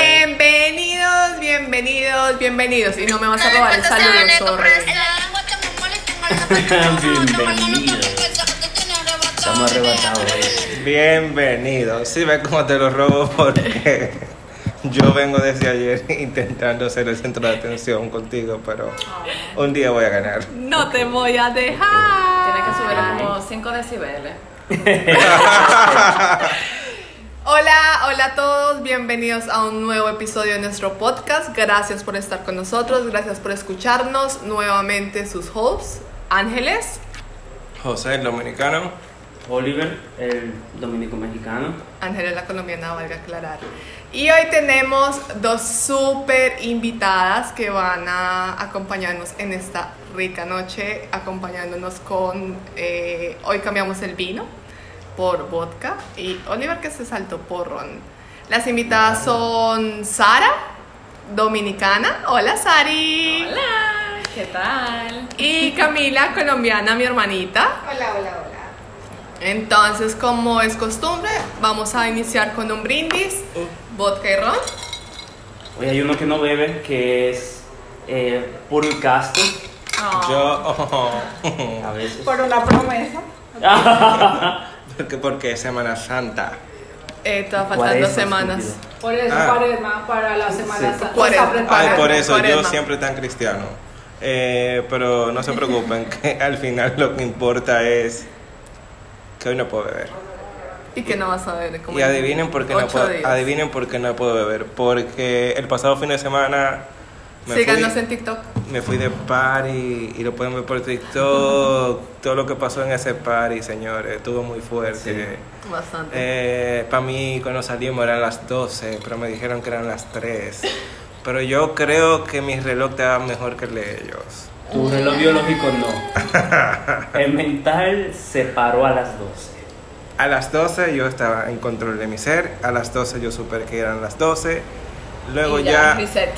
Bienvenidos, bienvenidos, bienvenidos. Y no me vas a robar el saludo, sorry. Bienvenidos. Estamos arrebatados, güey. Bienvenido. Si ves cómo te lo robo porque yo vengo desde ayer intentando ser el centro de atención contigo, pero un día voy a ganar. No te voy a dejar. Tienes que subirlo como 5 decibeles. Hola, hola a todos, bienvenidos a un nuevo episodio de nuestro podcast. Gracias por estar con nosotros, gracias por escucharnos. Nuevamente sus hosts, Ángeles. José, el dominicano. Oliver, el dominico mexicano. Ángela la colombiana, valga aclarar. Y hoy tenemos dos súper invitadas que van a acompañarnos en esta rica noche, acompañándonos con, eh, hoy cambiamos el vino por vodka y Oliver que se saltó por ron. Las invitadas son Sara, dominicana. Hola, Sari. Hola, ¿qué tal? Y Camila, colombiana, mi hermanita. Hola, hola, hola. Entonces, como es costumbre, vamos a iniciar con un brindis, vodka y ron. Hoy hay uno que no bebe, que es eh, puro y casto. Yo, oh, A veces. Por una promesa. porque, porque es Semana Santa. Eh, te va a faltar Cuaresma, dos semanas. estúpido. Por eso, Ah. cuaresma, para la Semana Sí. Santa. Cuaresma. Está preparado. Ay, por eso yo Cuaresma. siempre tan cristiano. Eh, pero no se preocupen, que al final lo que importa es que hoy no puedo beber. Y que no vas a ver cómo Y adivinen por qué no ocho puedo, días. adivinen por qué no puedo beber, porque el pasado fin de semana me Síganos fui, en TikTok. me fui de party y lo pueden ver por TikTok, todo lo que pasó en ese party, señores, estuvo muy fuerte. Bastante. Eh, Para mí cuando salimos eran las 12, pero me dijeron que eran las 3. Pero yo creo que mi reloj te va mejor que el de ellos. Tu reloj biológico no. El mental se paró a las 12. A las 12 yo estaba en control de mi ser, a las 12 yo supe que eran las 12. Luego Y ya reset.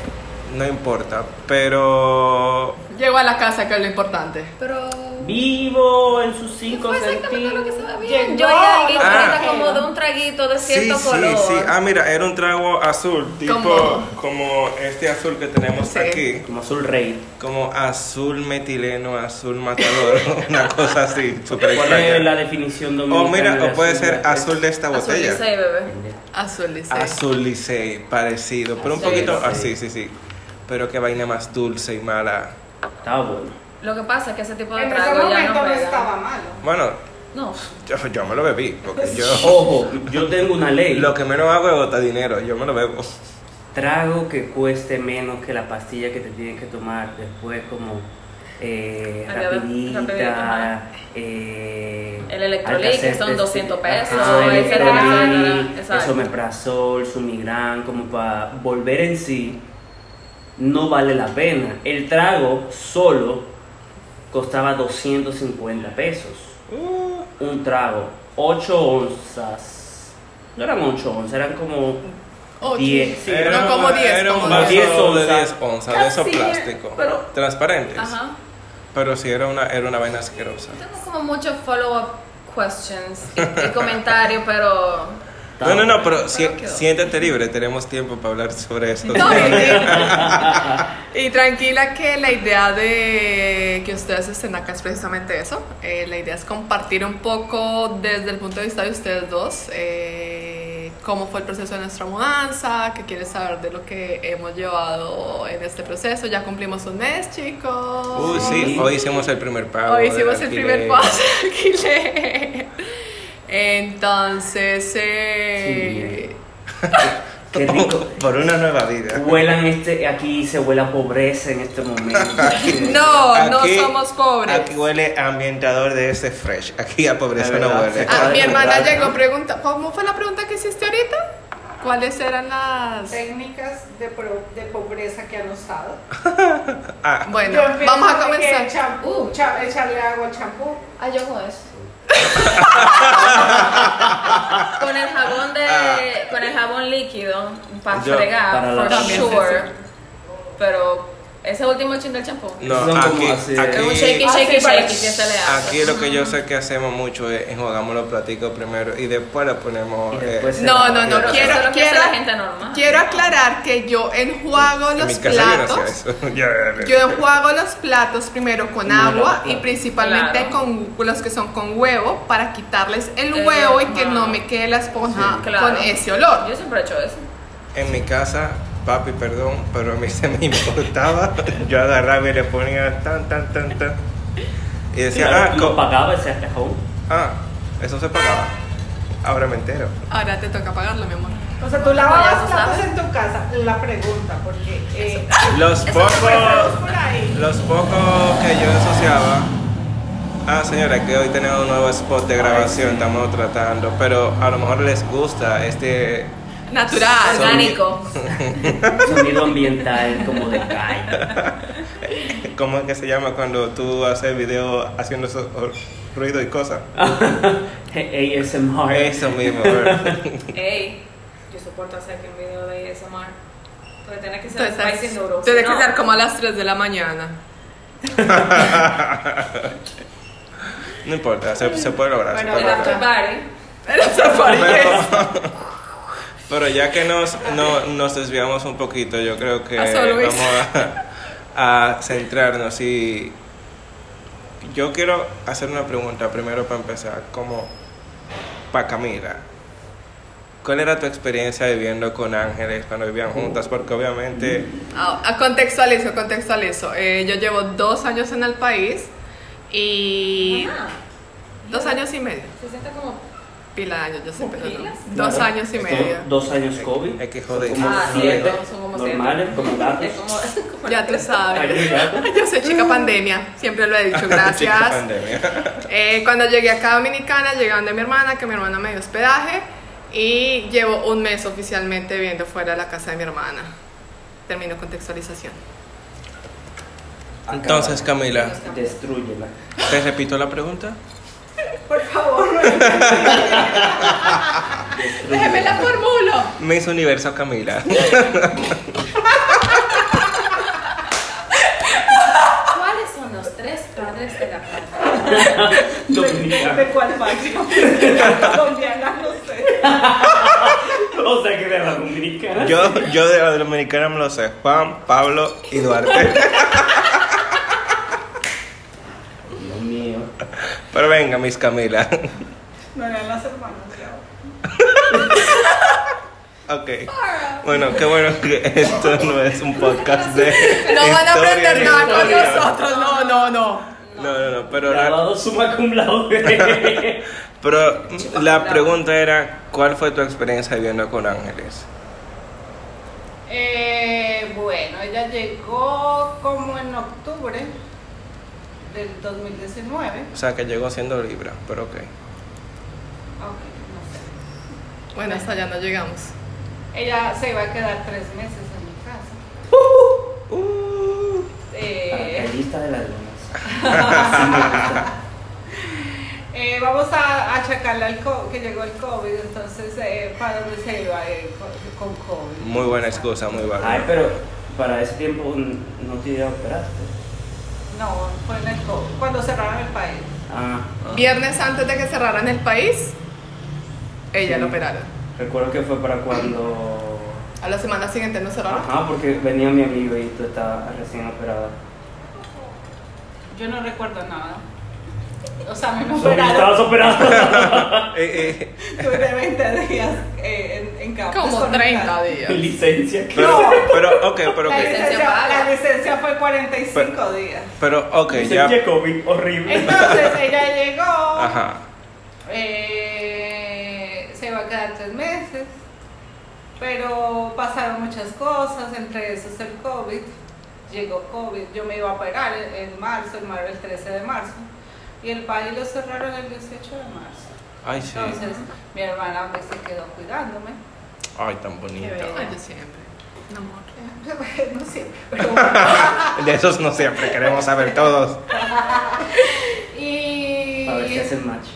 No importa, pero Llego a la casa, que es lo importante. Pero. Vivo en sus cinco Fue exactamente lo que sentidos. estaba Llegó. bien. Yo ya alguien que Ah. era como de un traguito de sí, cierto sí, color. sí. Ah, mira, era un trago azul, tipo Como- como este azul que tenemos Sí. aquí, Como azul rey. como azul metileno, azul matador, una cosa así, súper ¿Cuál es la extraña. definición O dominicana? mira, de o puede ser rey? azul de esta Azul y botella. seis, bebé. Azul, dice. Azul licey, parecido, pero un Azul poquito Licey. así, sí, sí. Pero qué vaina más dulce y mala. Estaba bueno. Lo que pasa es que ese tipo de En ese trago ya momento no no, pega. estaba malo. Bueno, No. yo, yo me lo bebí, porque yo Ojo, yo tengo una ley. lo que menos hago es botar dinero, yo me lo bebo. Trago que cueste menos que la pastilla que te tienes que tomar después como eh, Ay, ya ves, rapidita, rapidita, eh, El Electrolit, que Alka-Seltzer, son 200 pesos, ajá, etcétera, Electrolit, etcétera, exacto. esomeprazol, sumigran, como para volver en sí, no vale la pena. El trago solo costaba 250 pesos Uh, un trago, 8 onzas. No eran 8 onzas, eran como Ocho. 10. sí, Era- no, como diez, Era un como vaso diez. de Diez 10 onzas, de esos Casi, plástico. pero- transparentes. Ajá. Pero sí, era una, era una vaina asquerosa. Tengo como muchos follow-up questions y, y comentarios, pero. No, no, no, pero si- Pero quedó. siéntate libre, tenemos tiempo para hablar sobre eso. No, y, y tranquila que la idea de que ustedes estén acá es precisamente eso. Eh, la idea es compartir un poco desde el punto de vista de ustedes dos eh, cómo fue el proceso de nuestra mudanza, qué quieren saber de lo que hemos llevado en este proceso. Ya cumplimos un mes, chicos. Uy, sí, Sí. hoy hicimos el primer pago. Hoy del hicimos el alquiler. primer paso de alquiler. Entonces, eh, Qué rico. Por una nueva vida. Huelan este, aquí se huela pobreza en este momento. no, Aquí- no somos pobres. Aquí huele ambientador de ese fresh. Aquí a pobreza De no verdad, huele. sí. Ah, mi hermana Claro. llegó pregunta, ¿cómo fue la pregunta que hiciste ahorita? ¿Cuáles eran las? Técnicas de, pro- de pobreza que han usado. Ah, Bueno, Yo empiezo vamos a de que el comenzar. champú, Uh. cha- echarle agua al champú. Ah, yo con eso. con el jabón de. Con el jabón líquido. Para Yo, fregar, para for la- También, sí, sure. Pero Ese último chin del champú. No, Son como aquí, así de- Es un aquí, shaky, shaky, Así para- shaky que se le hace. aquí lo que yo sé que hacemos mucho es enjuagamos los platicos primero y después le ponemos. eh, Y después se- No, no, no, Pero quiero, eso es lo que quiero, hace la gente normal. quiero aclarar que yo enjuago en los mi casa yo no platos. hacía eso. Yo- Yo enjuago los platos primero con No, agua no, y no. principalmente Claro. con los que son con huevo para quitarles el El- huevo y que ajá. no me quede la esponja Sí. Claro. con ese olor. Yo siempre he hecho eso. En mi casa, papi, perdón, pero a mí se me importaba. Yo agarraba y le ponía tan, tan, tan, tan. Y decía, Claro, ah, lo co- pagaba ese cajón. ah, eso se pagaba. Ahora me entero. Ahora te toca pagarlo, mi amor. O sea, tú lavas Ya los tú platos sabes. en tu casa. La pregunta, porque eh, Los empezamos pocos, por ahí. los pocos que yo asociaba. Ah, señora, que hoy tenemos un nuevo spot de grabación, sí. estamos tratando, pero a lo mejor les gusta este Natural. Son- Orgánico. Sonido ambiental como de calle. ¿Cómo es que se llama cuando tú haces video haciendo so- or- ruido y cosas? ASMR. Eso mismo. or- Ey, yo soporto hacer que un video de ASMR. Porque tiene que ser Entonces, un país en Europa. tiene que No. ser como a las 3 de la mañana. No importa, se, se puede lograr. se Bueno, puede El after lograr. party. Era safari. Pero, pero ya que nos, no- nos desviamos un poquito, yo creo que Pasó, Luis. vamos a, a centrarnos y yo quiero hacer una pregunta primero para empezar, como para Camila. ¿Cuál era tu experiencia viviendo con Ángeles cuando vivían juntas? Porque obviamente... Ah, ah, contextualizo, contextualizo. Eh, yo llevo dos años en el país y. Ajá. Dos años y medio. Se siente como. Pila de años, yo sé, pero no. ¿Pilas? Dos Claro, años y esto- medio. Dos años COVID. Es que joder. Son Como Ah, siete. cierto, son como siete. normales, como gatos. Es como. como Ya tú sabes. Ay, gato. Yo soy chica pandemia, siempre lo he dicho, Chica gracias. pandemia. Eh, cuando llegué acá a Dominicana, llegué donde mi hermana, que mi hermana me dio hospedaje y llevo un mes oficialmente viviendo fuera de la casa de mi hermana. Termino contextualización. Entonces, Camila, Destruyela. ¿te repito la pregunta? Por favor. Déjeme la formulo. Miss Universo Camila. ¿Cuáles son los tres padres de la casa? ¿De, de Dominicana. cuál barrio? Colombiana, no sé. O sea que de la dominicana. Yo, yo de la dominicana me lo sé. Juan, Pablo y Duarte. Dios mío. Pero venga, Miss Camila. No eran las hermanas, ya. Ok. Bueno, qué bueno que esto no es un podcast de. No van a aprender nada historia ni con historia. nosotros, no, no, no. No, no, no. Pero, la, Grabado suma cum laude. pero la pregunta era: ¿cuál fue tu experiencia viviendo con Ángeles? Eh, bueno, ella llegó como en octubre del 2019. O sea, que llegó siendo Libra, pero ok. Aunque no Bueno, hasta allá no llegamos. sé. Ella se iba a quedar tres meses en mi casa. Eh, Paracaidista de las lunas. eh, vamos a achacarle al co- que llegó el COVID, entonces, eh, ¿para dónde se iba eh, co- con COVID? Muy buena excusa, muy Ay, válida. pero para ese tiempo no te operaste. No, fue en el COVID, cuando cerraron el país. Ah. Viernes antes de que cerraran el país, ella Sí. lo operaron. Recuerdo que fue para cuando. A la semana siguiente no cerraron. Ajá, porque venía mi amigo y tú estabas recién operada. Yo no recuerdo nada. O sea, me operaron Estabas operada. Eh, eh, duré 20 días eh, en, en campo. Como 30 días. Licencia. que- pero, pero, ok, pero ok. La licencia licencia, paga. la licencia fue 45 Pero- días. Pero, ok, ya. Licencia COVID, horrible. Entonces ella llegó, Ajá. eh, se iba a quedar tres meses, pero pasaron muchas cosas, entre esas el COVID. Llegó COVID, yo me iba a operar en, en marzo, el, mar- el 13 de marzo, y el país lo cerraron el 18 de marzo. Ay, sí. Entonces mi hermana pues, se quedó cuidándome. Ay, tan bonito. Ay, yo siempre. No, amor. no siempre, pero De esos no siempre queremos saber todos. Y, A ver si hacen match.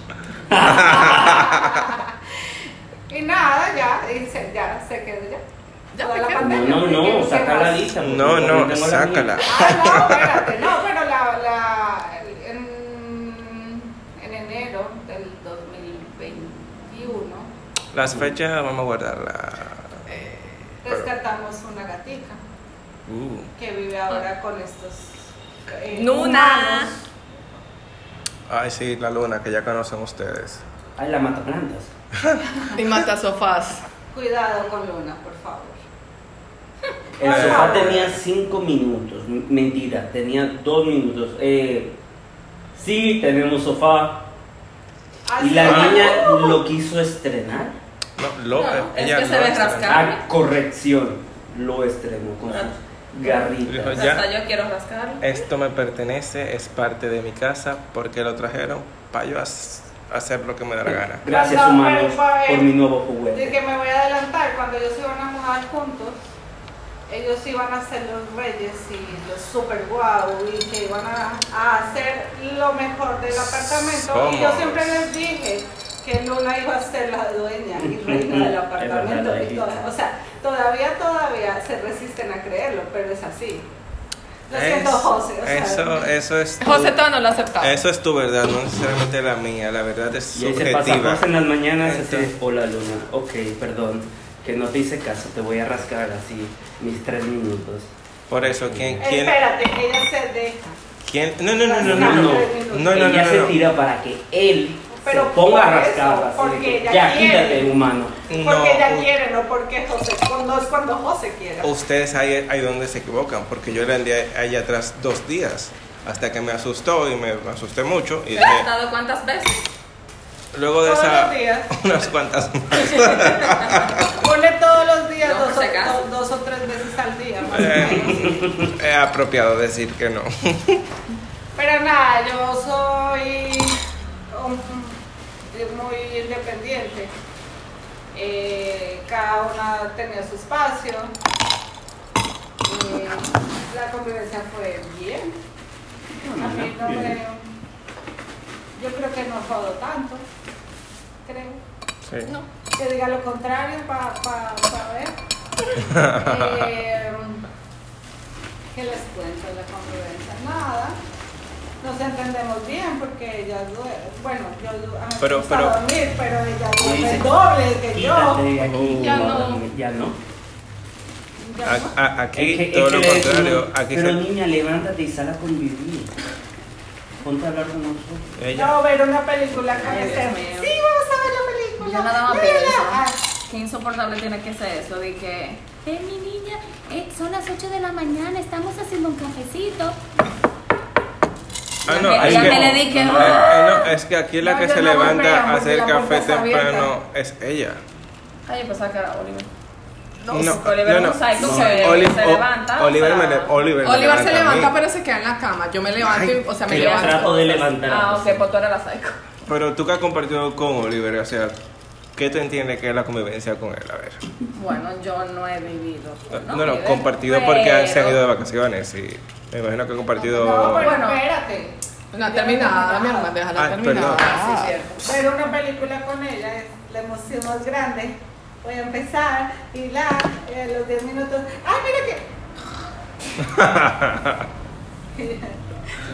y nada, ya, y se, ya se quedó ya. Ya Toda me la quedo. pandemia. No, no, ¿qué- no, qué saca la más? lista. porque No, tengo no, la mía. sácala. Ah, no, espérate, no, pero la, la, en, en enero del 2021 Las fechas vamos a guardarla. rescatamos una gatica Uh. que vive Ah. ahora con estos eh, Nuna. humanos. Ay, sí, la luna, que ya conocen ustedes. Ay, la mata plantas. Y mata sofás. Cuidado con Luna, por favor. El Ajá. sofá tenía 5 minutos. M- Mentira, tenía 2 minutos. Eh, sí, tenemos sofá. Y la Así- niña lo quiso estrenar. No, lo, No, eh, es ella que lo se ve extraña. rascado. A corrección, lo estrenó con sus Dijo, garritas. Pues ya, Hasta yo quiero rascarlo. esto me pertenece, es parte de mi casa, porque lo trajeron para yo as- hacer lo que me da la gana. Gracias, Cuando humanos, vuelva, eh, por mi nuevo De juguete. que me voy a adelantar, cuando ellos se iban a mudar juntos, ellos iban a ser los reyes y los super guau y que iban a, a hacer lo mejor del apartamento. Y yo Somos. siempre les dije que Luna iba a ser la dueña y reina del Es apartamento. verdad, y toda- o sea, todavía, todavía se resisten a creerlo, pero es así. Lo siento, Es- José. o sea, eso, eso es. tu- José todavía no lo aceptaba. Eso es tu verdad, no necesariamente la mía. La verdad es Y ahí se pasa subjetiva. cosas en las mañanas. Entonces- Este, Hola, Luna. Ok, perdón, que no te hice caso. Te voy a rascar así mis 3 minutos. Por eso, ¿quién, quién, Espérate, ella se deja. quién? No, no, no, no, no, no. No, no, ella no, se no. tira para que él Pero se ponga a por eso, rascar. así de porque que, ella ya, quiere". quítate, humano. No, Porque ella u- quiere, no porque José. No es cuando José quiera. Ustedes ahí, ahí donde se equivocan, porque yo le andé allá atrás dos días, hasta que me asustó y me, me asusté mucho. Y ¿Te dije, has dado cuántas veces? luego de Todos esa, los días. unas cuantas Pone todos los días, No, por dos, o, si acaso. do- dos o tres veces al día, más o menos. eh, he apropiado decir que no. Pero nada, yo soy um, muy independiente. Eh, cada una tenía su espacio. Eh, la convivencia fue bien. A mí no me. Yo creo que no jodo tanto. Creo. Sí. No. que diga lo contrario para ver. Eh, ¿Qué les cuento de la convivencia? Nada. Nos entendemos bien porque ella duerme. Bueno, yo du- a mí me Pero- gusta pero- dormir, pero ella duerme dice, el doble que yo. Quítate de Oh. aquí, Ya humano. no. Ya no. Ya no. A- a- aquí Es que- es todo que lo le contrario. decimos, Aquí pero se- niña, levántate y sal a convivir. Ponte a hablar con nosotros. ella, No, ver una película con Ay, este. Dios mío. Sí, vamos a ver la película. Yo nada más la, pienso. la". Ah, Qué insoportable tiene que ser eso de que. Eh, mi niña, eh, son las 8 de la mañana, estamos haciendo un cafecito. Ah, Ya no, me- es ya que- me le dije, Eh, "Ah". eh, no, es que aquí la No, que yo se no volvía, levanta a porque hacer la café puerta está temprano es ella. Ay, yo pensaba que era Oliver. No, Oliver no, es un psycho no. que Oli- se o- levanta. Oliver, o sea- me le- Oliver, me Oliver se a mí. levanta, pero se queda en la cama. Yo me levanto, y- Ay, o sea, me que Ella levanto. trato de levantar. Ah, ok, pues tú eras la psycho. Pero tú que has compartido con Oliver, o sea, ¿qué te entiende que es la convivencia con él? A ver. Bueno, yo no he vivido. No, no, compartido porque han- se han ido de vacaciones y me imagino que han compartido. No, pero Bueno. espérate. No ha terminado, mi hermana, déjala Ah, terminar. perdón. Sí, cierto. Ver una película con ella es la emoción más grande. Voy a empezar y la, eh, los 10 minutos. ¡Ah, mira que!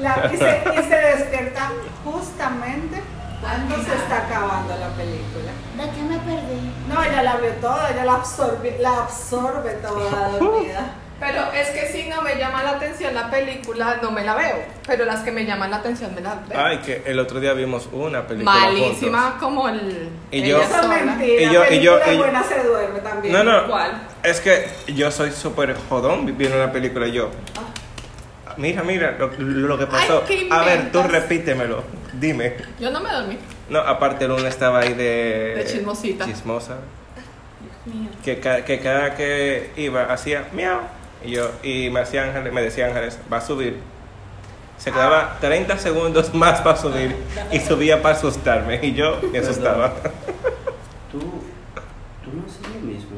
La- y, se, y se despierta justamente cuando se está acabando la película. ¿De qué me perdí? No, ella la vio toda, ella la absorbe, la absorbe toda dormida. Pero es que si no me llama la atención la película, no me la veo. Pero las que me llaman la atención me las veo. Ay, que el otro día vimos una película. Malísima juntos. como el. Y ella yo- Eso es sola. mentira. Y yo- y yo- película y yo- buena se duerme también. No, no. ¿Cuál? Es que yo soy súper jodón viendo la película y yo. Mira, mira lo, lo que pasó. Ay, ¿qué a ver, tú inventas? repítemelo. Dime. Yo no me dormí. No, aparte Luna estaba ahí de... De chismosita. Chismosa. Que, ca- que cada que iba hacía miau. Y yo, y me hacía Ángeles, me decía Ángeles, va a subir. Se Ah. quedaba 30 segundos más para subir y subía para asustarme. Y yo me Perdón. asustaba. Tú, tú no haces lo mismo.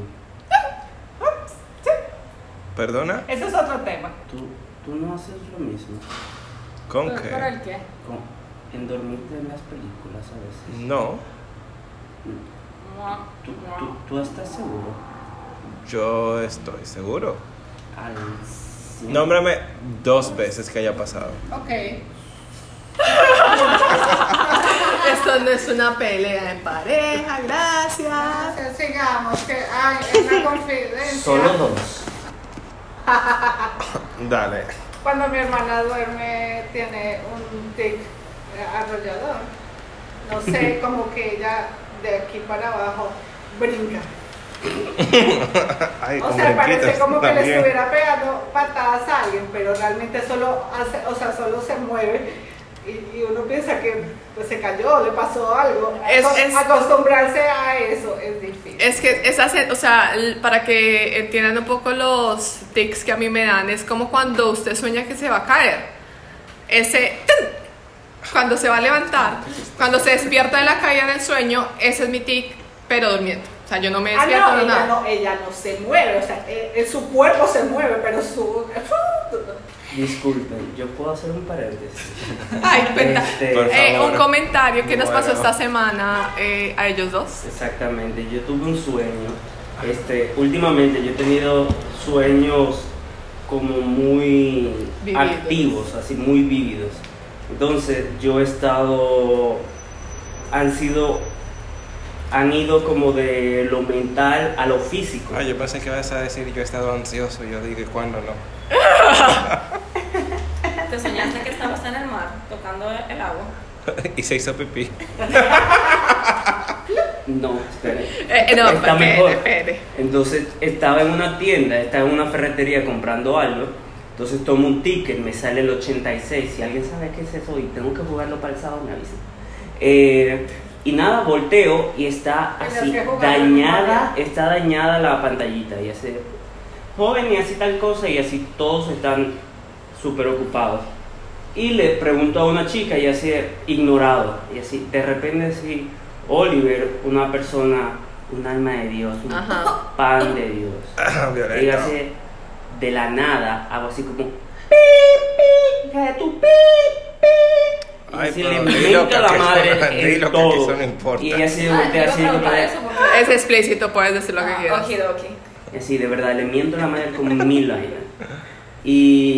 ¿Perdona? Ese es otro tema. Tú, tú no haces lo mismo. ¿Con ¿Pero pero qué? el qué? Con, en dormirte en las películas a veces. No. ¿Tú, tú, tú estás seguro? Yo estoy seguro. Al cien. Nómbrame dos veces que haya pasado. Ok. Esto no es una pelea en pareja, gracias. Entonces, Sigamos, que hay una confidencia. Solo dos. Dale. Cuando mi hermana duerme tiene un tic eh, arrollador. No sé, como que ella de aquí para abajo brinca. Ay, O con sea, parece brinquitos como que le también. estuviera pegando patadas a alguien, pero realmente solo hace, o sea, solo se mueve y, y uno piensa que pues, se cayó, le pasó algo. Es- Acos- es- Acostumbrarse a eso es difícil. Es que es hacer, o sea, l- para que entiendan un poco los tics que a mí me dan, es como cuando usted sueña que se va a caer. Ese ¡tun! cuando se va a levantar, cuando se despierta de la caída del sueño, ese es mi tic, pero durmiendo. O sea, yo no me Ah, despierto no, de ella nada. no, ella no se mueve, o sea, eh, eh, su cuerpo se mueve, pero su... Disculpen, yo puedo hacer un paréntesis. Ay, cuenta. Este, Por Eh, favor. un comentario que nos pasó Bueno. esta semana eh, a ellos dos. Exactamente, yo tuve un sueño. Este, últimamente yo he tenido sueños como muy Vividos. activos, así muy vívidos. Entonces, yo he estado han sido han ido como de lo mental a lo físico. Ah, yo pensé que ibas a decir yo he estado ansioso. Yo dije, ¿cuándo no? Te soñaste que estabas en el mar tocando el agua. y se hizo pipí. No, espere. Eh, eh, no, Está espere, mejor. espere. Entonces estaba en una tienda, estaba en una ferretería comprando algo. Entonces tomo un ticket, me sale el 86. Si alguien sabe qué es eso y tengo que jugarlo para el sábado, me avisa. Eh, y nada, volteo y está Tenías así, que jugarlo, dañada, María. está dañada la pantallita. Y hace joven y así tal cosa y así todos están súper ocupados. Y le pregunto a una chica y así ignorado. Y así, de repente así, Oliver, una persona, un alma de Dios, un Ajá. pan de Dios. Y Violento. hace de la nada, hago así como, pi, pi, hija de tu pi, pi. Y Ay, así pero le di invento lo que a la aquí- madre di en lo que aquí todo. eso no importa. Y ella se Ah, voltea yo así iba a como preguntar de, eso porque- Es explícito, puedes decir lo que Ah, quieras. okidoki. y así, de verdad, le miento a la madre como mil vainas. Y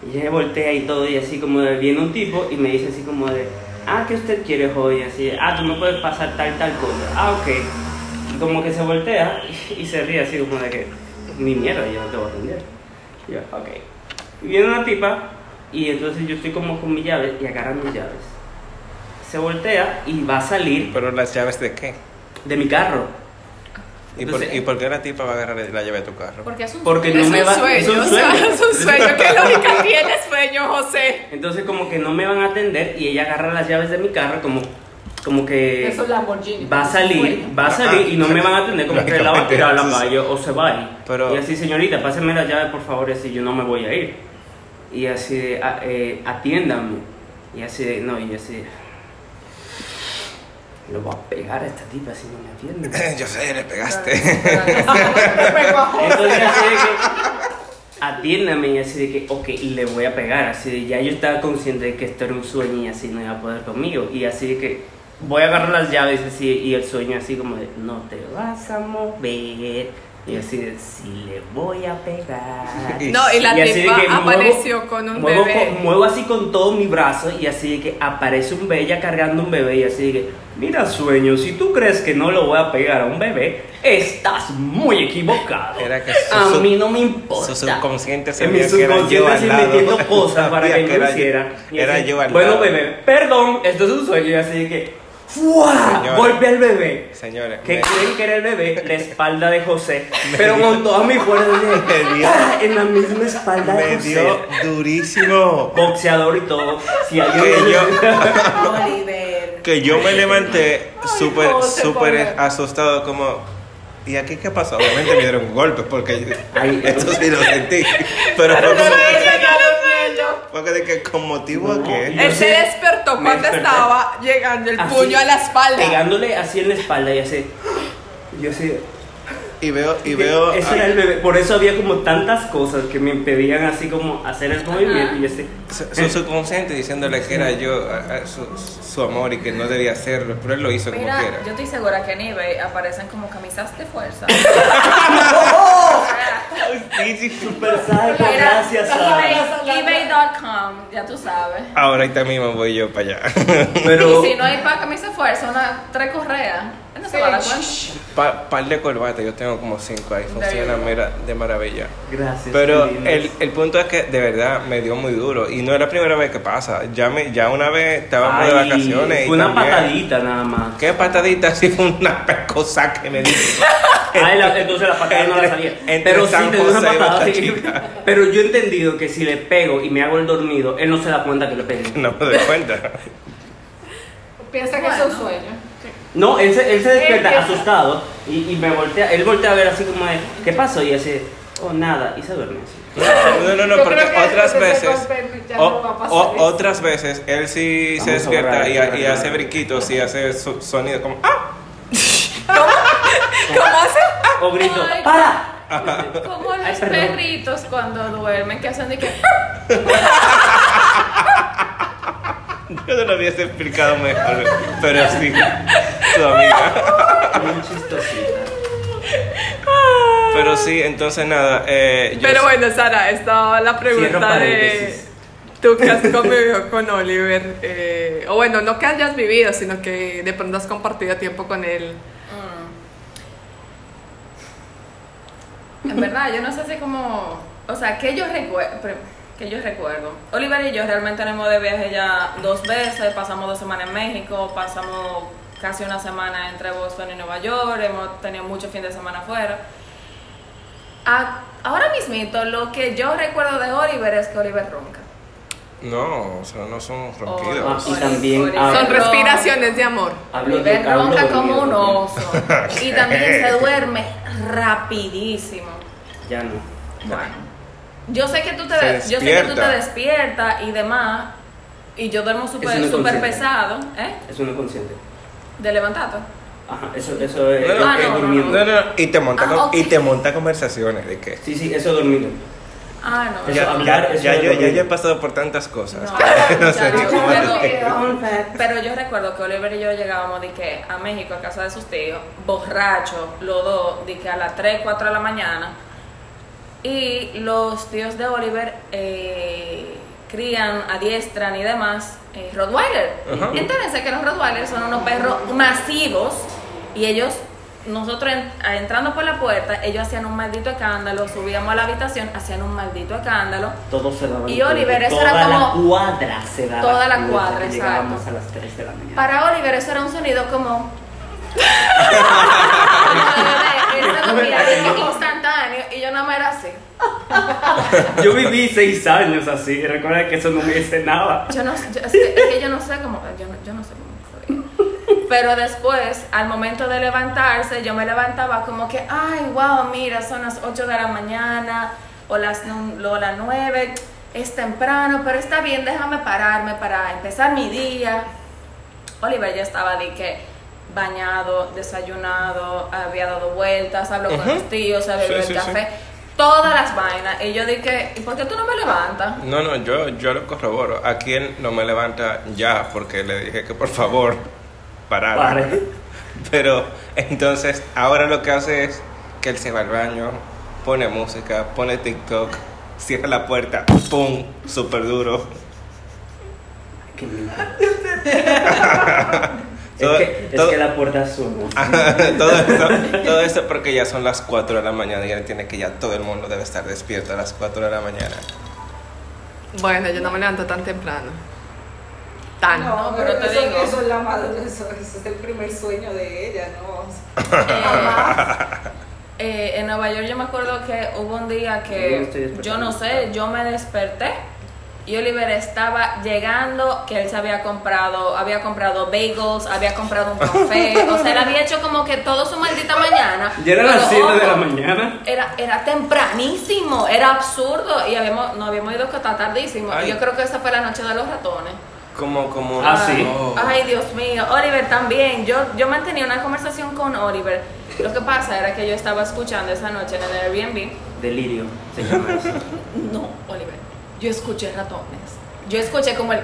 y ella se voltea y todo, y así como de, viene un tipo y me dice así como de, ah, ¿qué usted quiere hoy? Así, ah, tú me puedes pasar tal, tal cosa. Ah, ok. Y como que se voltea y se ríe así como de que, ni mierda, yo no te voy a atender. Y yo, ok. Y viene una tipa y entonces yo estoy como con mis llaves y agarra mis llaves. Se voltea y va a salir Pero las llaves de qué? de mi carro. ¿Y Pues por, Entonces- ¿Y por qué la tipa va a agarrar la llave de tu carro? Porque es un Porque no es, me un va- sueño, es un o sea, sueño. es un sueño. ¿Qué lógica tiene sueño, José? Entonces como que no me van a atender y ella agarra las llaves de mi carro como, como que Eso es Lamborghini. va a salir, va a salir y no me van a atender como que la va a tirar a la calle o se va a ir. Pero- y así, señorita, pásenme las llaves por favor, y así yo no me voy a ir. Y así, de, "Ah, eh, atiéndanme. Y así, de, no, y así... Lo voy a pegar a esta tipa si no me atiende. yo sé, le pegaste. Entonces así de que atiéndame y así de que, ok, y le voy a pegar, así de ya yo estaba consciente de que esto era un sueño y así no iba a poder conmigo, y así de que voy a agarrar las llaves así, y el sueño así como de, no te vas a mover, y así de, sí le voy a pegar. Y- No, y la así de tipa que muevo- apareció con un muevo, bebé. con- muevo así con todo mi brazo y así de que aparece un bella cargando un bebé y así de que, mira sueño, si tú crees que no lo voy a pegar a un bebé, estás muy equivocado. Era que su- a su- mí no me importa. Su subconsciente En mi sabía que era yo subconsciente al así lado. metiendo cosas para Sabía que, no era- hiciera. Y Era así, yo al Bueno, lado. bebé, perdón, esto es un sueño y así de que, ¡fua! Señora. Golpe al bebé. Señores, Que me- creen que era el bebé, la espalda de José. Pero con toda mi fuerza dije, Me dio- "Ah", en la misma espalda de me José. dio durísimo. Boxeador y todo. Si alguien Que me- yo, Oliver. que yo me levanté súper, José, pobre. súper asustado, como. ¿Y aquí qué pasó? Obviamente me dieron un golpe, porque yo- Ay, esto sí lo sentí. Pero fue como. Porque de que con motivo a No. qué. Él Yo se sí despertó me cuando desperté. Ah, estaba llegando el Así, puño a la espalda. pegándole así en la espalda y así. Yo así. y veo, y veo. Ese a- era el bebé. Por eso había como tantas cosas que me impedían así como hacer el movimiento y este. así. su su subconsciente diciéndole que era yo, a- a su, su amor y que no debía hacerlo, pero él lo hizo como Mira, quiera. yo estoy segura que en eBay aparecen como camisas de fuerza. Gigi, super sádica, Mira, gracias. Sara. eBay- eBay.com, ya tú sabes. Ahora ahorita mismo voy yo para allá. Pero, y si no hay para camisa de fuerza, una tres correas, él no se va a dar cuenta. Pa- par de corbatas, yo tengo como cinco ahí, funciona Dale. mira, de maravilla. gracias. Pero qué lindas. el, el punto es que de verdad me dio muy duro y no es la primera vez que pasa. Ya, me, ya una vez estábamos de Ay, vacaciones y Fue una también- patadita nada más. ¿Qué patadita? Sí, fue una pescosa que me dio. Ay, la- entonces la patada no la sabía. Entre- entre pero sí San te dio una José y patada. Botachita. Pero yo he entendido que si le pego y me hago el dormido, él no se da cuenta que le pegué. No me doy cuenta. Piensa que es un sueño. No, él se, él se despierta piensa- asustado y, y me voltea. Él voltea a ver así como de, ¿qué pasó? Y hace, oh, nada. Y se duerme así. No, no, no, Yo porque creo que otras después de veces. golpe ya o- no va a pasar o- eso. otras veces él sí Vamos se a despierta borrar y, esto, y ¿verdad? hace briquitos y hace su- sonido como ¡Ah! ¿Cómo hace? O grito, Ay, ¡para! Como Ay, los perdón. perritos cuando duermen, que hacen de que. Yo no lo hubiese explicado mejor, pero sí, tu amiga. Bien chistosita. Pero sí, entonces nada, eh, yo Pero bueno, Sara, estaba la Cierro pregunta de paréntesis. tú que has convivido con Oliver, eh, o bueno, no que hayas vivido, sino que de pronto has compartido tiempo con él. mm. En verdad, yo no sé si como. O sea, que yo recuerdo. Que yo recuerdo. Oliver y yo realmente nos hemos de viaje ya dos veces. Pasamos dos semanas en México, pasamos casi una semana entre Boston y Nueva York. Hemos tenido muchos fines de semana afuera. A- ahora mismito, lo que yo recuerdo de Oliver es que Oliver ronca. No, o sea, no son Ah, Oh, ronquidos. y también Oliver hablo- Son ronca. respiraciones de amor. Hablo de Oliver hablo ronca como dormido, un ¿no? oso. Y también se duerme rapidísimo. Ya no. Bueno, yo sé que tú te, Se yo sé que tú te despierta. despiertas y demás, y yo duermo súper Eso no es súper consciente. pesado, ¿eh? Eso no es consciente. De levantato. Ajá, eso, eso No, es, no, es- es Ah, no, no, durmiendo. No, no, no, Eh, y te monta, Ah, con- ok. y te monta conversaciones de que Sí, sí, eso es durmiendo. Ah, no. Eso ya, hablar, ya, eso ya, es yo, ya dormir. yo he pasado por tantas cosas. No, que ya, no sé ni yo cómo recuerdo- Pero- Pero yo recuerdo que Oliver y yo llegábamos de que a México, a casa de sus tíos, borrachos, los dos, de que a las 3, 4 de la mañana. Y los tíos de Oliver eh, crían, adiestran y demás eh, Rottweiler. Ajá. Entérense que los Rottweiler son unos perros masivos y ellos, nosotros en- a- entrando por la puerta, ellos hacían un maldito escándalo, subíamos a la habitación, hacían un maldito escándalo. Todo se daba. Y Oliver, eso era Toda como- la cuadra se daba. Toda la cuenta cuadra, que exacto. Llegábamos a las 3 de la mañana. Para Oliver eso era un sonido como... Eso lo miraba de que instantáneo y yo nada más era así. Yo viví 6 años así. Recuerda que eso no me dice nada. Yo no, yo- es, que, es que yo no sé cómo, yo no, yo no sé cómo fue. Pero después, al momento de levantarse, yo me levantaba como que, ay, wow, mira, son las 8 de la mañana o las, nu- o las 9, es temprano, pero está bien, déjame pararme para empezar mi día. Oliver ya estaba de que bañado, desayunado, había dado vueltas, habló con Ujú. los tíos, había Sí, bebido sí, el sí. café, todas las vainas. Y yo dije, ¿y por qué tú no me levantas? No, no, yo, yo lo corroboro. Aquí él no me levanta ya porque le dije que por favor parara. Pare. Pero entonces ahora lo que hace es que él se va al baño, pone música, pone TikTok, cierra la puerta, ¡pum! Súper duro. Qué lindo. Todo- es que, es todo- que la puerta suena. todo eso, todo eso porque ya son las 4 de la mañana y él tiene que ya todo el mundo debe estar despierto a las 4 de la mañana. Bueno, yo no me levanto tan temprano. Tan. No, Ah, No, pero, pero te eso, digo. eso es la madre, eso, eso es el primer sueño de ella, ¿no? Eh, en Nueva York yo me acuerdo que hubo un día Yo me estoy que yo despertando. no sé, yo me desperté y Oliver estaba llegando que él se había comprado, había comprado bagels, había comprado un café, o sea, él había hecho como que todo su maldita mañana. Ya eran Pero, las 7 de la ojo, mañana. Era, era tempranísimo, era absurdo y habíamos, nos habíamos ido hasta tardísimo. Ay. Y yo creo que esa fue la noche de los ratones. Como, como. Ah, sí. Oh. Ay, Dios mío. Oliver también. Yo, yo mantenía una conversación con Oliver Lo que pasa era que yo estaba escuchando esa noche en el Airbnb. Delirio se llama eso. No, Oliver. Yo escuché ratones. Yo escuché como el.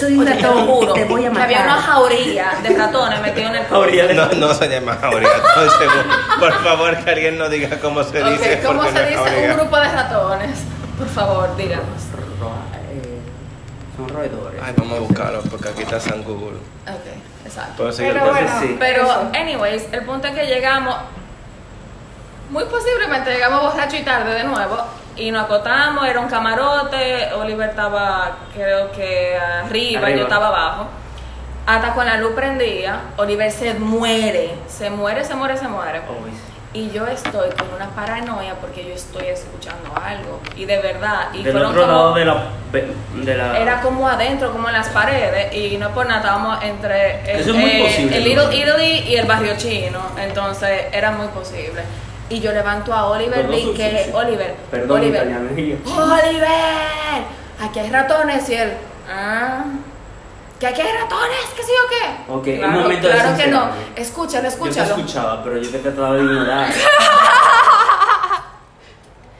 Soy un Oye, te lo ratón, juro, te voy a Que había una matar. jauría de ratones metidos en el. Habría de- No, no se llama jauría, no se- Por favor, que alguien nos diga cómo se Ok, dice. ¿Cómo porque se no es dice jauría. un grupo de ratones? Por favor, díganos. Ro- eh, Son roedores. Ay, vamos a buscarlo porque aquí está San Google. Ok, exacto. Puedo seguir Pero entonces, bueno, sí. Pero, Eso. anyways, el punto es que llegamos. Muy posiblemente llegamos borracho y tarde de nuevo. Y nos acotamos, era un camarote. Oliver estaba, creo que arriba, Arriba. yo estaba abajo. Hasta con la luz prendida, Oliver se muere. Se muere, se muere, se muere. Always. Y yo estoy con una paranoia porque yo estoy escuchando algo. Y de verdad, y Del fueron otro como- lado de la. De la era como adentro, como en las paredes, y no es por nada, estábamos entre el, eh, Eso es muy posible, el ¿no? Little Italy y el barrio chino, entonces era muy posible. Y yo levanto a Oliver, Los dos vi son que sucios. Oliver, Perdón, Oliver, italiano. y yo, Oliver, aquí hay ratones, y él, ah, que aquí hay ratones, que sí o qué. Ok, un claro, momento de claro que no, sinceridad. escúchalo, Yo te escúchalo. escuchaba, pero yo te trataba de ignorar.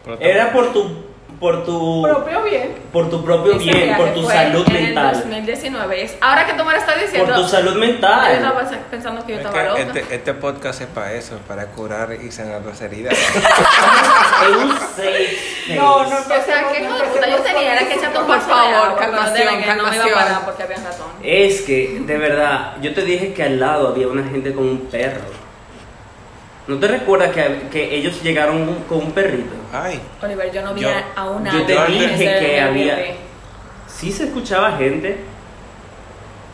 Pero está- Era por tu. Por tu. Propio bien. Por tu propio Ese bien, viaje por tu fue salud en el mental. 2019, es- ahora que tú me lo estás diciendo, Por tu salud yo mental. estaba pensando que yo Es estaba que loca. este, este podcast es para eso, para curar y sanar las heridas. Es un safe space. No, no, O sea, que hijo de puta yo tenía era que echarte un Por vaso de favor, agua, pero calmación, de que No me iba a calmación. parar porque había ratón. Es que, de verdad, yo te dije que al lado había una gente con un perro. ¿No te recuerdas que, que ellos llegaron un- con un perrito? Ay, Oliver, yo no vi Yo- a- a una yo te alma dije en ese que Airbnb, había- Sí se escuchaba gente.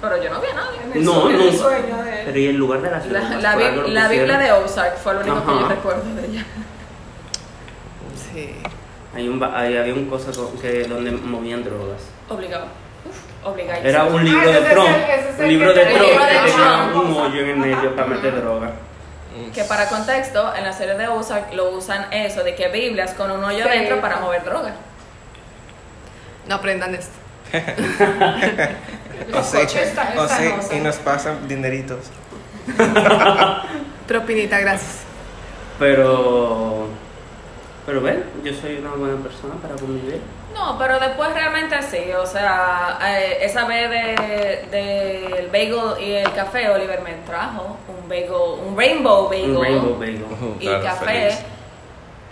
Pero yo no vi a nadie. en el No, sur. no. El sueño de él. Pero y el lugar de la ciudad. La, más la, por algo lo bi- la Biblia pusieron. de Ozark fue lo único que yo Ajá. recuerdo de ella. Sí. Hay un, ba- ahí había un cosa con- que, donde movían drogas. Obligado. Uf, obligado. Era un libro Ah, de ese es Trump. el- ese es Un el libro que de te- Trump el libro de que tenía Trump. un hoyo en el medio para meter droga. Que para contexto, en la serie de Ozark lo usan eso, de que Biblias con un hoyo Sí. dentro para mover droga. No aprendan esto. o sea, coches están- o están sea, osa. ¿eh? y nos pasan dineritos. Propinita, gracias. Pero. Pero ven, yo soy una buena persona para convivir. No, pero después realmente sí, o sea, eh, esa vez de- del bagel y el café, Oliver me trajo un bagel, un rainbow bagel Un rainbow bagel. Ujú, y claro, café. feliz.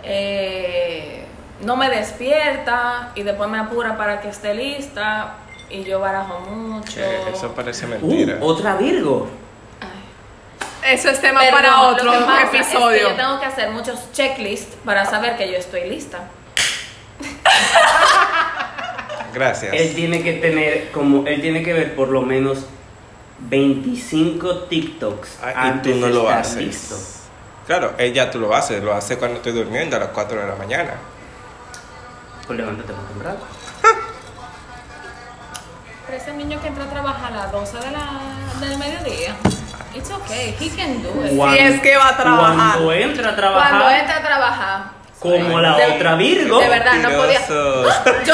Eh, no me despierta y después me apura para que esté lista y yo barajo mucho. Eh, eso parece Uh, mentira. otra Virgo. Eso es tema Pero para no, otro lo que pasa es que episodio. yo tengo que hacer muchos checklists para saber que yo estoy lista. Gracias. Él tiene que tener, como, él tiene que ver por lo menos 25 TikToks. Ah, y antes tú no de lo estar haces. listo. Claro, ella tú lo haces, lo hace cuando estoy durmiendo a las 4 de la mañana. Pues levántate más temprano. Pero ese niño que entra a trabajar a las 12 de la, del mediodía, it's okay, he can do it. Cuando- es que va a trabajar. Cuando entra a Cuando trabajar, entra a trabajar, como la De- otra Virgo. de verdad, no podía- Mentirosos. yo,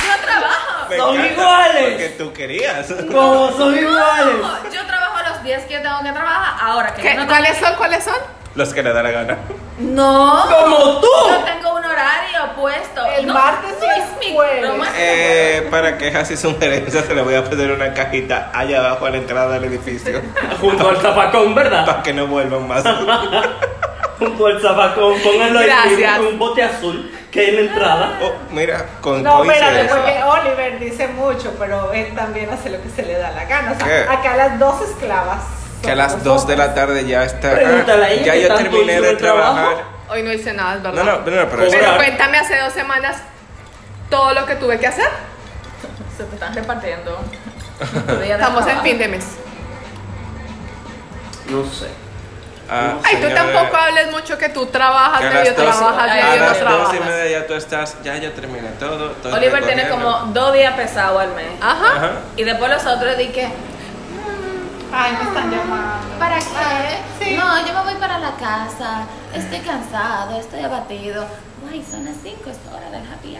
yo trabajo. Me Son encanta, iguales. Porque tú querías. Como son iguales. No, Yo trabajo los días que yo tengo que trabajar, ahora que ¿Qué- yo no ¿Cuáles son? ¿Cuáles son? Los que le da la gana. No. Como tú. Yo tengo un horario puesto. El No, martes y no el es mi jueves. broma. Eh, para quejas y sugerencias se le voy a poner una cajita allá abajo a la entrada del edificio. Junto al zapacón, ¿verdad? Para que no vuelvan más. Oh, Junto al zapacón, pónganlo ahí Gracias. en un bote azul que es la entrada. Oh, mira, con No, espérate, coincidencia. porque Oliver dice mucho, pero él también hace lo que se le da la gana. O sea, ¿Qué? acá las dos esclavas. Que a las 2 de la tarde ya está. Pregúntale a ella ya qué yo tanto terminé hizo de el trabajo. trabajar. Hoy no hice nada, es No, no, verdad. no, no, pero Cobra. eso- Pero cuéntame hace dos semanas todo lo que tuve que hacer. Se te están repartiendo. Tu día de Estamos en trabajo. fin de mes. No sé. Ah, Ay, tú señora, tampoco hables mucho que tú trabajas, que a medio las dos- trabajas, Ay, A medio no las dos y trabajas. media ya tú estás. Ya yo terminé todo. estoy Oliver tiene recogiendo. como dos días pesados al mes. Ajá. Ajá. Y después los otros dije, Ay, me están llamando. ¿Para qué? Sí. No, yo me voy para la casa. Estoy cansado, estoy abatido. Guay, son las 5, es hora del happy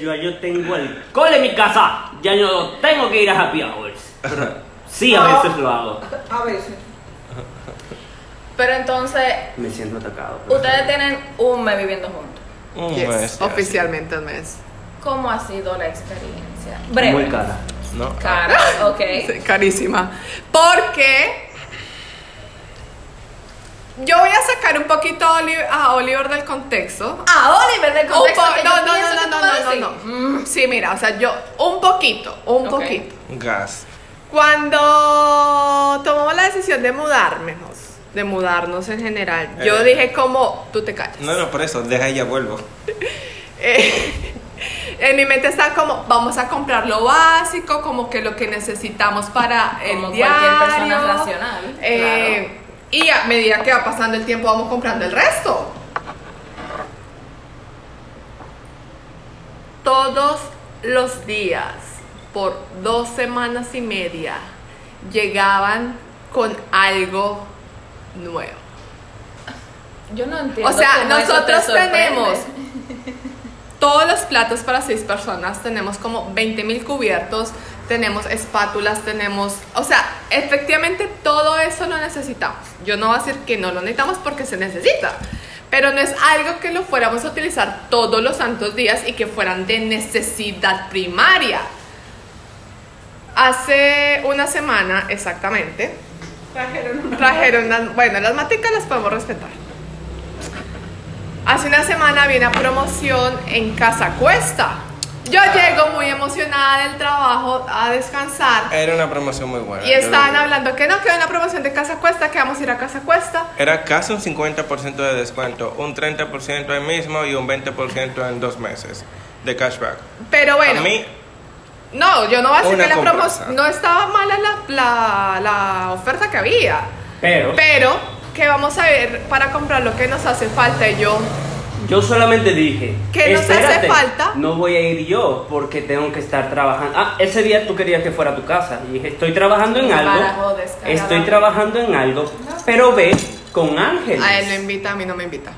hour. yo, yo tengo alcohol en mi casa, ya yo no tengo que ir a happy hours. Pero sí, a veces lo hago. A veces. Pero entonces, Me siento atacado. pero- ustedes tienen un mes viviendo juntos. Un Yes, mes, ya, oficialmente un mes. ¿Cómo ha sido la experiencia? Muy Breve. cara. sí. No, Cara, ok. Sí, carísima. Porque yo voy a sacar un poquito a Oli- a Oliver del contexto. A Oliver, del contexto Un po- que yo Oh, no, no, pienso no, que no, tú vas a no, no, decir. no. Mm, Sí, mira, o sea, yo un poquito, un Ok. poquito. gas. Cuando tomamos la decisión de mudarnos, de mudarnos en general, yo Eh. dije como, tú te callas. No, no, por eso, deja y ya vuelvo. Eh, en mi mente está como, vamos a comprar lo básico, como que lo que necesitamos para el Como diario. cualquier persona racional, Eh, Y a medida que va pasando el tiempo, vamos comprando el resto. Todos los días, por dos semanas y media, llegaban con algo nuevo. Yo no entiendo. O sea, cómo eso te nosotros sorprende. tenemos todos los platos para seis personas, tenemos como 20 mil cubiertos, tenemos espátulas, tenemos, o sea, efectivamente todo eso lo necesitamos. Yo no voy a decir que no lo necesitamos porque se necesita, pero no es algo que lo fuéramos a utilizar todos los santos días y que fueran de necesidad primaria. Hace una semana exactamente Trajeron una- trajeron unas, bueno, las maticas las podemos respetar. Hace una semana había una promoción en Casa Cuesta. Yo llego muy emocionada del trabajo a descansar Era una promoción muy buena. y yo estaban lo- hablando que no, que hay una promoción de Casa Cuesta, que vamos a ir a Casa Cuesta. Era casi un 50% de descuento, un 30% ahí mismo y un 20% en dos meses de cashback. Pero bueno, a mí, no, yo no voy a decir Una que la comparsa. promoción, no estaba mala la, la- la oferta que había. Pero Pero que vamos a ver para comprar lo que nos hace falta y yo, yo solamente dije. ¿Qué nos hace "Espérate, falta?" No voy a ir yo porque tengo que estar trabajando. Ah, ese día tú querías que fuera a tu casa. Y dije, estoy trabajando en algo. Barajo, descarado. Estoy trabajando en algo. Pero ve con ángeles. a él me invita, a mí no me invita.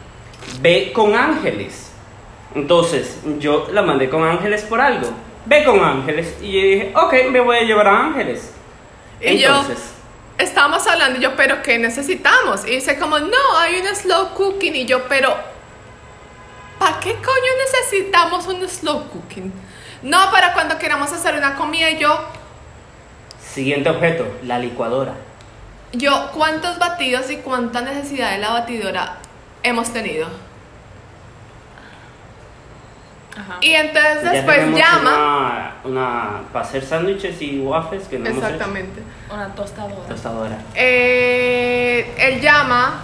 ve con ángeles. Entonces, yo la mandé con ángeles por algo. Ve con ángeles. Y yo dije, ok, me voy a llevar a ángeles. Y yo- Entonces, Estábamos hablando y yo, pero ¿qué necesitamos? Y dice como, no, hay un slow cooking. Y yo, pero ¿para qué coño necesitamos un slow cooking? No, para cuando queramos hacer una comida. Y yo, siguiente objeto, la licuadora. yo, ¿cuántos batidos y cuánta necesidad de la batidora hemos tenido? Ajá. Y entonces Ya después tenemos llama. Una, una- para hacer sándwiches y waffles que no hemos hecho. Exactamente. Una tostadora. Tostadora. Eh, él llama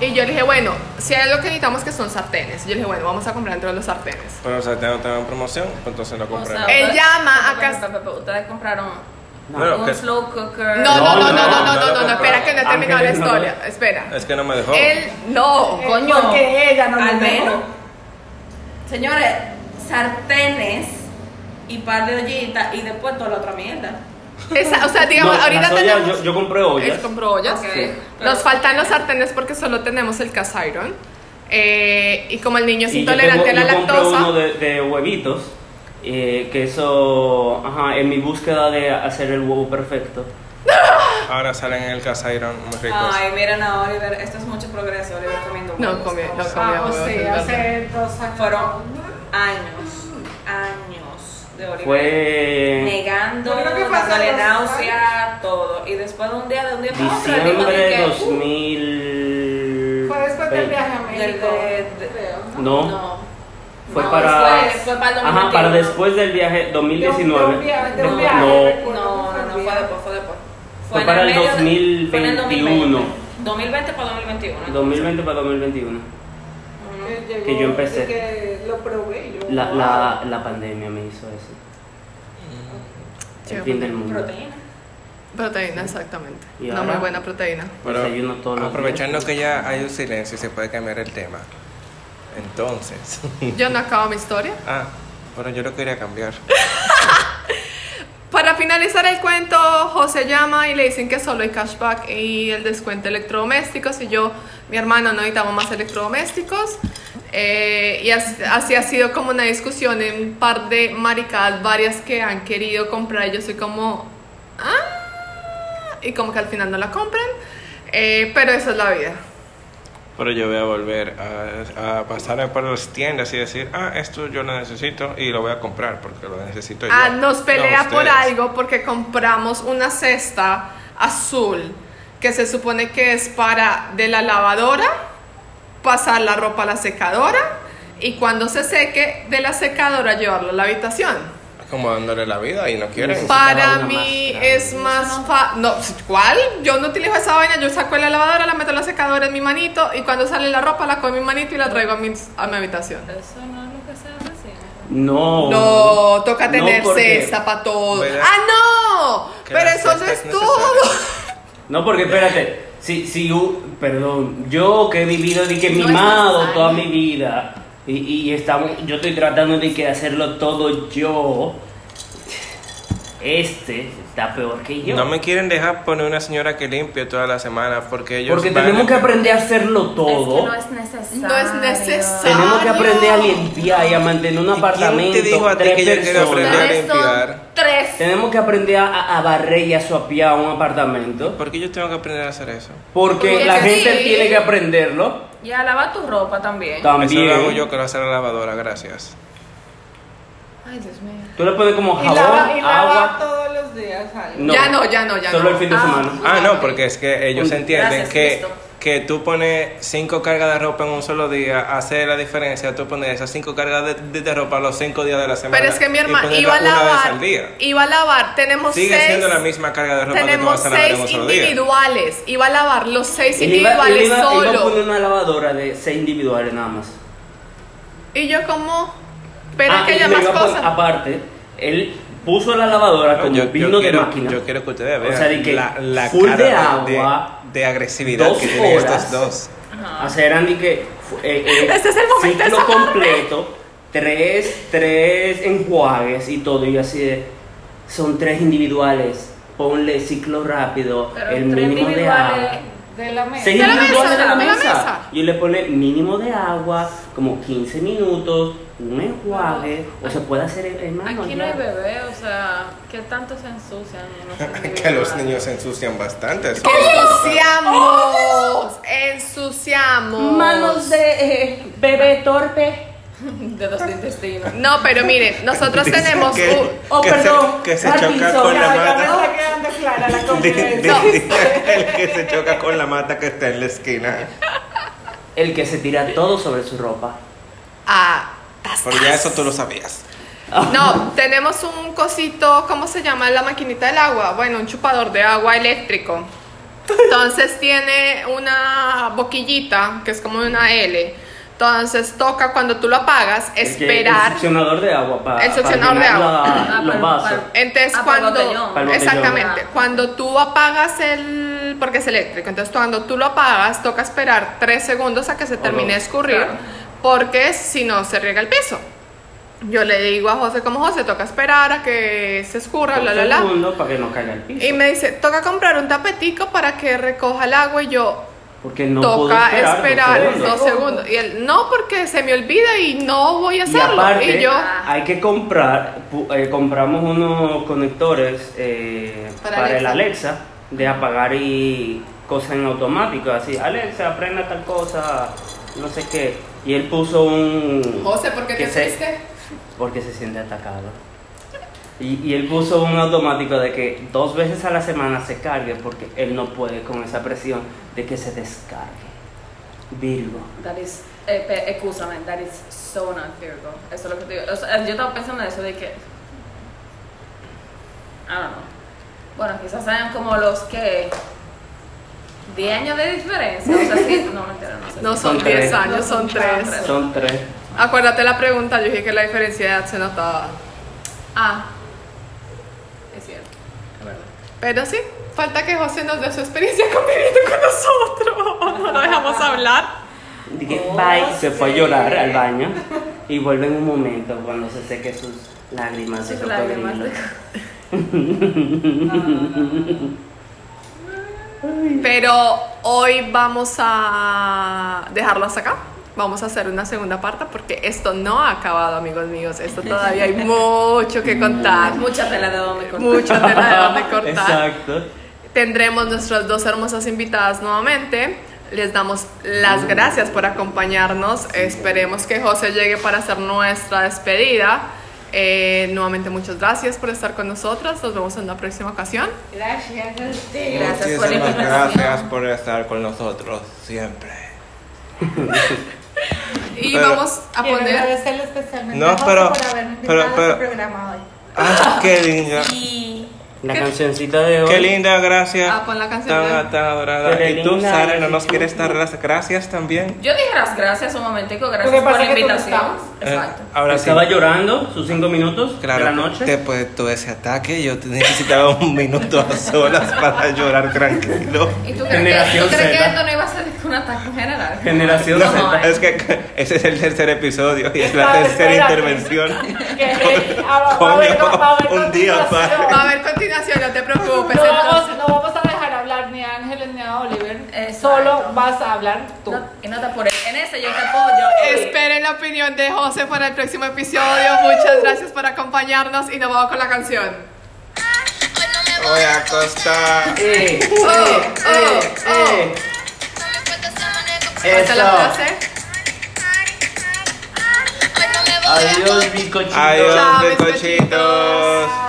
y yo le dije, bueno, si hay algo que necesitamos que son sartenes. Yo le dije, bueno, vamos a comprar dentro de los sartenes. pero o sea, tengo también promoción, pues entonces lo compré. O sea, Él ustedes- llama a Pepe, casa- Pepe, Pepe, Ustedes compraron No. Pero- un ¿qué? slow cooker. No, no, no, no, no, no, no, no, no, espera que no he terminado la Ángeles no. historia. Espera. Eh, es que no me dejó. Él no. Coño. Porque ella no Al me dejó. menos. Señores, sartenes y par de ollitas y después toda la otra mierda. Esa- o sea, digamos, No, ahorita las ollas, tenemos. yo, yo compré ollas. Él compró ollas. Ok, Sí. pero- Nos faltan los sartenes porque solo tenemos el cast iron. Eh, y como el niño es Y yo intolerante tengo- a la yo compré lactosa. uno de, de huevitos. eh, que eso, ajá, en mi búsqueda de hacer el huevo perfecto. Ahora salen en el Casairon muy ricos. Ay, miren a Oliver, esto es mucho progreso, Oliver comiendo No, huevos. comí- no O sea, comí. Ah, o sea, hace dos años. Fueron años, años de Oliver. Fue negando, Yo creo que fue hace dándole dos náusea, todo. Y después de un día, de un día para otro, dijo diciembre de de que, uh, 2000. Fue después del viaje a del- México. de- de- creo, ¿no? No, no. fue No, para. fue- fue para el Ajá, 2021. para después del viaje De un- 2019. de un viaje, de un No, viaje, no. recuerdo, No, no, no, fue viaje. después, fue después. Fue en para el medio de- fue en el 2021. 2020 para 2021. 2020 para 2021. Que llegó Que yo empecé. y que lo probé y yo. La, la, la pandemia me hizo eso. Sí, el fin del mundo. Proteína. Proteína, exactamente. ¿Y Una ahora? muy buena proteína. Pero Desayuno todos los aprovechando días. que ya hay un silencio y se puede cambiar el tema. Entonces, Yo no acabo mi historia. ah, bueno, yo lo quería cambiar. Para finalizar el cuento, José llama y le dicen que solo hay cashback y el descuento de electrodomésticos. Y yo, mi hermano, no necesitamos más electrodomésticos. Eh, y as- así ha sido como una discusión en un par de maricadas, varias que han querido comprar. Y yo soy como, ah, y como que al final no la compran. Eh, pero esa es la vida. Pero yo voy a volver a, a pasar por las tiendas y decir, ah, esto yo lo necesito y lo voy a comprar porque lo necesito yo. Ah, nos pelea No, por ustedes. algo porque compramos una cesta azul que se supone que es para de la lavadora pasar la ropa a la secadora y cuando se seque de la secadora llevarlo a la habitación. Como dándole la vida y no quieren. Pa- Para una mí máscara. es más fácil. No, ¿cuál? Yo no utilizo esa vaina, yo saco la lavadora, la meto en la secadora en mi manito y cuando sale la ropa la cojo en mi manito y la traigo a mi, a mi habitación. Eso no es lo que se hace No. No, toca No, tener porque- cesta para todo. ¿Verdad? ¡Ah, no! Que Pero la eso no cesta es es todo. No, porque espérate, si, si, u- perdón, yo que he vivido de que No es mimado necesario. toda mi vida y, y estamos, yo estoy tratando de que hacerlo todo yo, este está peor que yo. No me quieren dejar poner una señora que limpie toda la semana porque ellos. porque van- tenemos que aprender a hacerlo todo. Es que no es necesario. No es necesario. Tenemos que aprender a limpiar y a mantener ¿Y un quién te apartamento. dijo a ti tres que yo quiero personas. aprender? Ustedes son limpiar. tres. Tenemos que aprender a, a barrer y a suapiar un apartamento. ¿Por qué yo tengo que aprender a hacer eso? Porque Porque la sí. gente tiene que aprenderlo Y a lavar tu ropa también. Eso también. lo hago yo que lo hace la lavadora, gracias. Ay, Dios mío. Tú le pones como Y jabón, lava, Ah, y lava agua. todos los días algo. No. Ya no, ya no, ya Solo no. el fin de Ah. semana. Ah, no, porque es que ellos Uy, entienden gracias, que, Cristo. que tú pones cinco cargas de ropa en un solo día, hace la diferencia, tú pones esas cinco cargas de, de- de ropa los cinco días de la semana. Pero es que mi y hermana ponerla iba a una vez lavar. al día. Iba a lavar. Tenemos Sigue seis. siendo la misma carga de ropa que tú Tenemos vas a lavar en un seis solo día. individuales. Iba a lavar los seis Él iba- él individuales iba- él iba a poner solo. una lavadora de seis individuales nada más. Y yo como. Pero Ah, es que y ya le más iba a poner- cosas. Aparte, él puso la lavadora como Yo, yo vino de quiero, máquina. yo quiero que ustedes O vean sea, de que la, la full de cara de, agua, de agresividad dos que tienen horas. estos dos. O sea, eran de que. fu- eh, eh, Este es el momento Ciclo de completo, tres, tres enjuagues y todo. Y yo así de. Son tres individuales. Ponle ciclo rápido, Pero el tres mínimo de individuales. agua. De la mesa. Seis De la individuales mesa, de la de la mesa. mesa. Y le pone mínimo de agua, como 15 minutos, un enjuague. O se puede hacer en mano. Aquí no ya. hay bebé, o sea, que tanto se ensucian. No sé si que los igual. niños se ensucian bastante. así que- Ensuciamos. Ensuciamos. Manos de eh, bebé torpe. De los intestinos. No, pero miren, nosotros Dicen tenemos. que- un- Oh, que se- perdón, que se Parkinson, choca con la Ya, ya me mata. está quedando clara la Di- conferencia. No. di- El que se choca con la mata que está en la esquina. El que se tira todo sobre su ropa. Ah, Porque ya eso tú lo sabías. No, tenemos un cosito, ¿cómo se llama? La maquinita del agua. Bueno, un chupador de agua eléctrico. Entonces tiene una boquillita que es como una L. Entonces toca cuando tú lo apagas El que- esperar. El succionador de agua. para El succionador de Ah, los para- vasos. para- Entonces Ah, para el botellón. cuando Para el botellón. exactamente, Ah. cuando tú apagas el porque es eléctrico, entonces cuando tú lo apagas toca esperar tres segundos a que se termine de dos, escurrir, claro. porque si no se riega el piso. Yo le digo a José como José, toca esperar a que se escurra, bla bla Un bla. segundo para que no caiga al piso. Y me dice, toca comprar un tapetico para que recoja el agua y yo Porque no puedo toca esperar. esperar dos segundos. dos segundos. Y él, no porque se me olvida y no voy a Y hacerlo. aparte, y yo Ah. hay que comprar, pu- eh, compramos unos conectores eh, para, Para el Alexa de apagar y cosas en automático. Así, Alexa, prenda tal cosa, no sé qué. Y él puso un. José, ¿por qué que te se- fuiste? Porque se siente atacado. Y, y él puso un automático de que dos veces a la semana se cargue porque él no puede con esa presión de que se descargue. Virgo. That is, eh, pe- excúsame, that is so not Virgo. Eso es lo que te digo. O sea, yo estaba pensando en eso de que. I don't know. Bueno, quizás sean como los que. 10 años de diferencia. O sea, sí. No, mentira, no sé. No son Son tres. 10 años, No son son 3. tres. Son tres. Acuérdate la pregunta, yo dije que la diferencia de edad se notaba. Ah. Es cierto. Es verdad. Pero sí, falta que José nos dé su experiencia conviviendo con nosotros. No lo dejamos hablar. Dije, Oh, bye, se fue a sí. llorar al baño y vuelve en un momento cuando se seque sus lágrimas de Sus lágrimas cocodrilo. Pero hoy vamos a dejarlo hasta acá. vamos a hacer una segunda parte porque esto no ha acabado, amigos míos. Esto todavía hay mucho que contar. Mucha tela de dónde cortar. Mucha tela de dónde cortar. Exacto. Tendremos nuestras dos hermosas invitadas nuevamente. Les damos las gracias por acompañarnos. Esperemos que José llegue para hacer nuestra despedida. Eh, nuevamente muchas gracias por estar con nosotras. Nos vemos en la próxima ocasión. Gracias a ustedes. Gracias por la Muchísimas invitación. gracias por estar con nosotros siempre. Y Pero- vamos a Quiero poner... agradecerle especialmente No, a José pero- por haberme pero- invitado a pero- su programa hoy. Ah, qué linda. Y La cancioncita de hoy. Qué linda, gracias. Ah, pon la canción Tan, de- tan adorada. Qué Y tú, linda, Sara, no eres nos tú. quieres dar las gracias también. yo dije las gracias un momentico, Lo gracias que pasa por la es que tú no invitación. estabas. Exacto. Eh, ahora sí. Estaba llorando sus cinco minutos de la noche. después de todo pues, ese ataque, yo te necesitaba un minuto a solas para llorar tranquilo. ¿Y tú crees, que, Eh, Generación tú crees que Z. esto no iba a ser un ataque en general? Generación No, Z. es que ese es el tercer episodio y es la Espérate, tercera espérate. intervención. Que- ah, va a haber- Coño, va a haber un día, continuación. Va a haber continuación, no te preocupes. No entonces. vamos, no vamos a dejar hablar ni a Ángeles ni a Oliver. Exacto. Solo vas a hablar tú. No, y no te apures. En ese yo te apoyo. Esperen la opinión de José para el próximo episodio. Muchas gracias por acompañarnos y nos vamos con la canción. Ah, Voy a acostar. Eh, Oh, oh, oh. eh. ¿Esta Eso. la frase? Ah, Adiós, bizcochito. Adiós, Chao, mis bizcochitos. cochitos.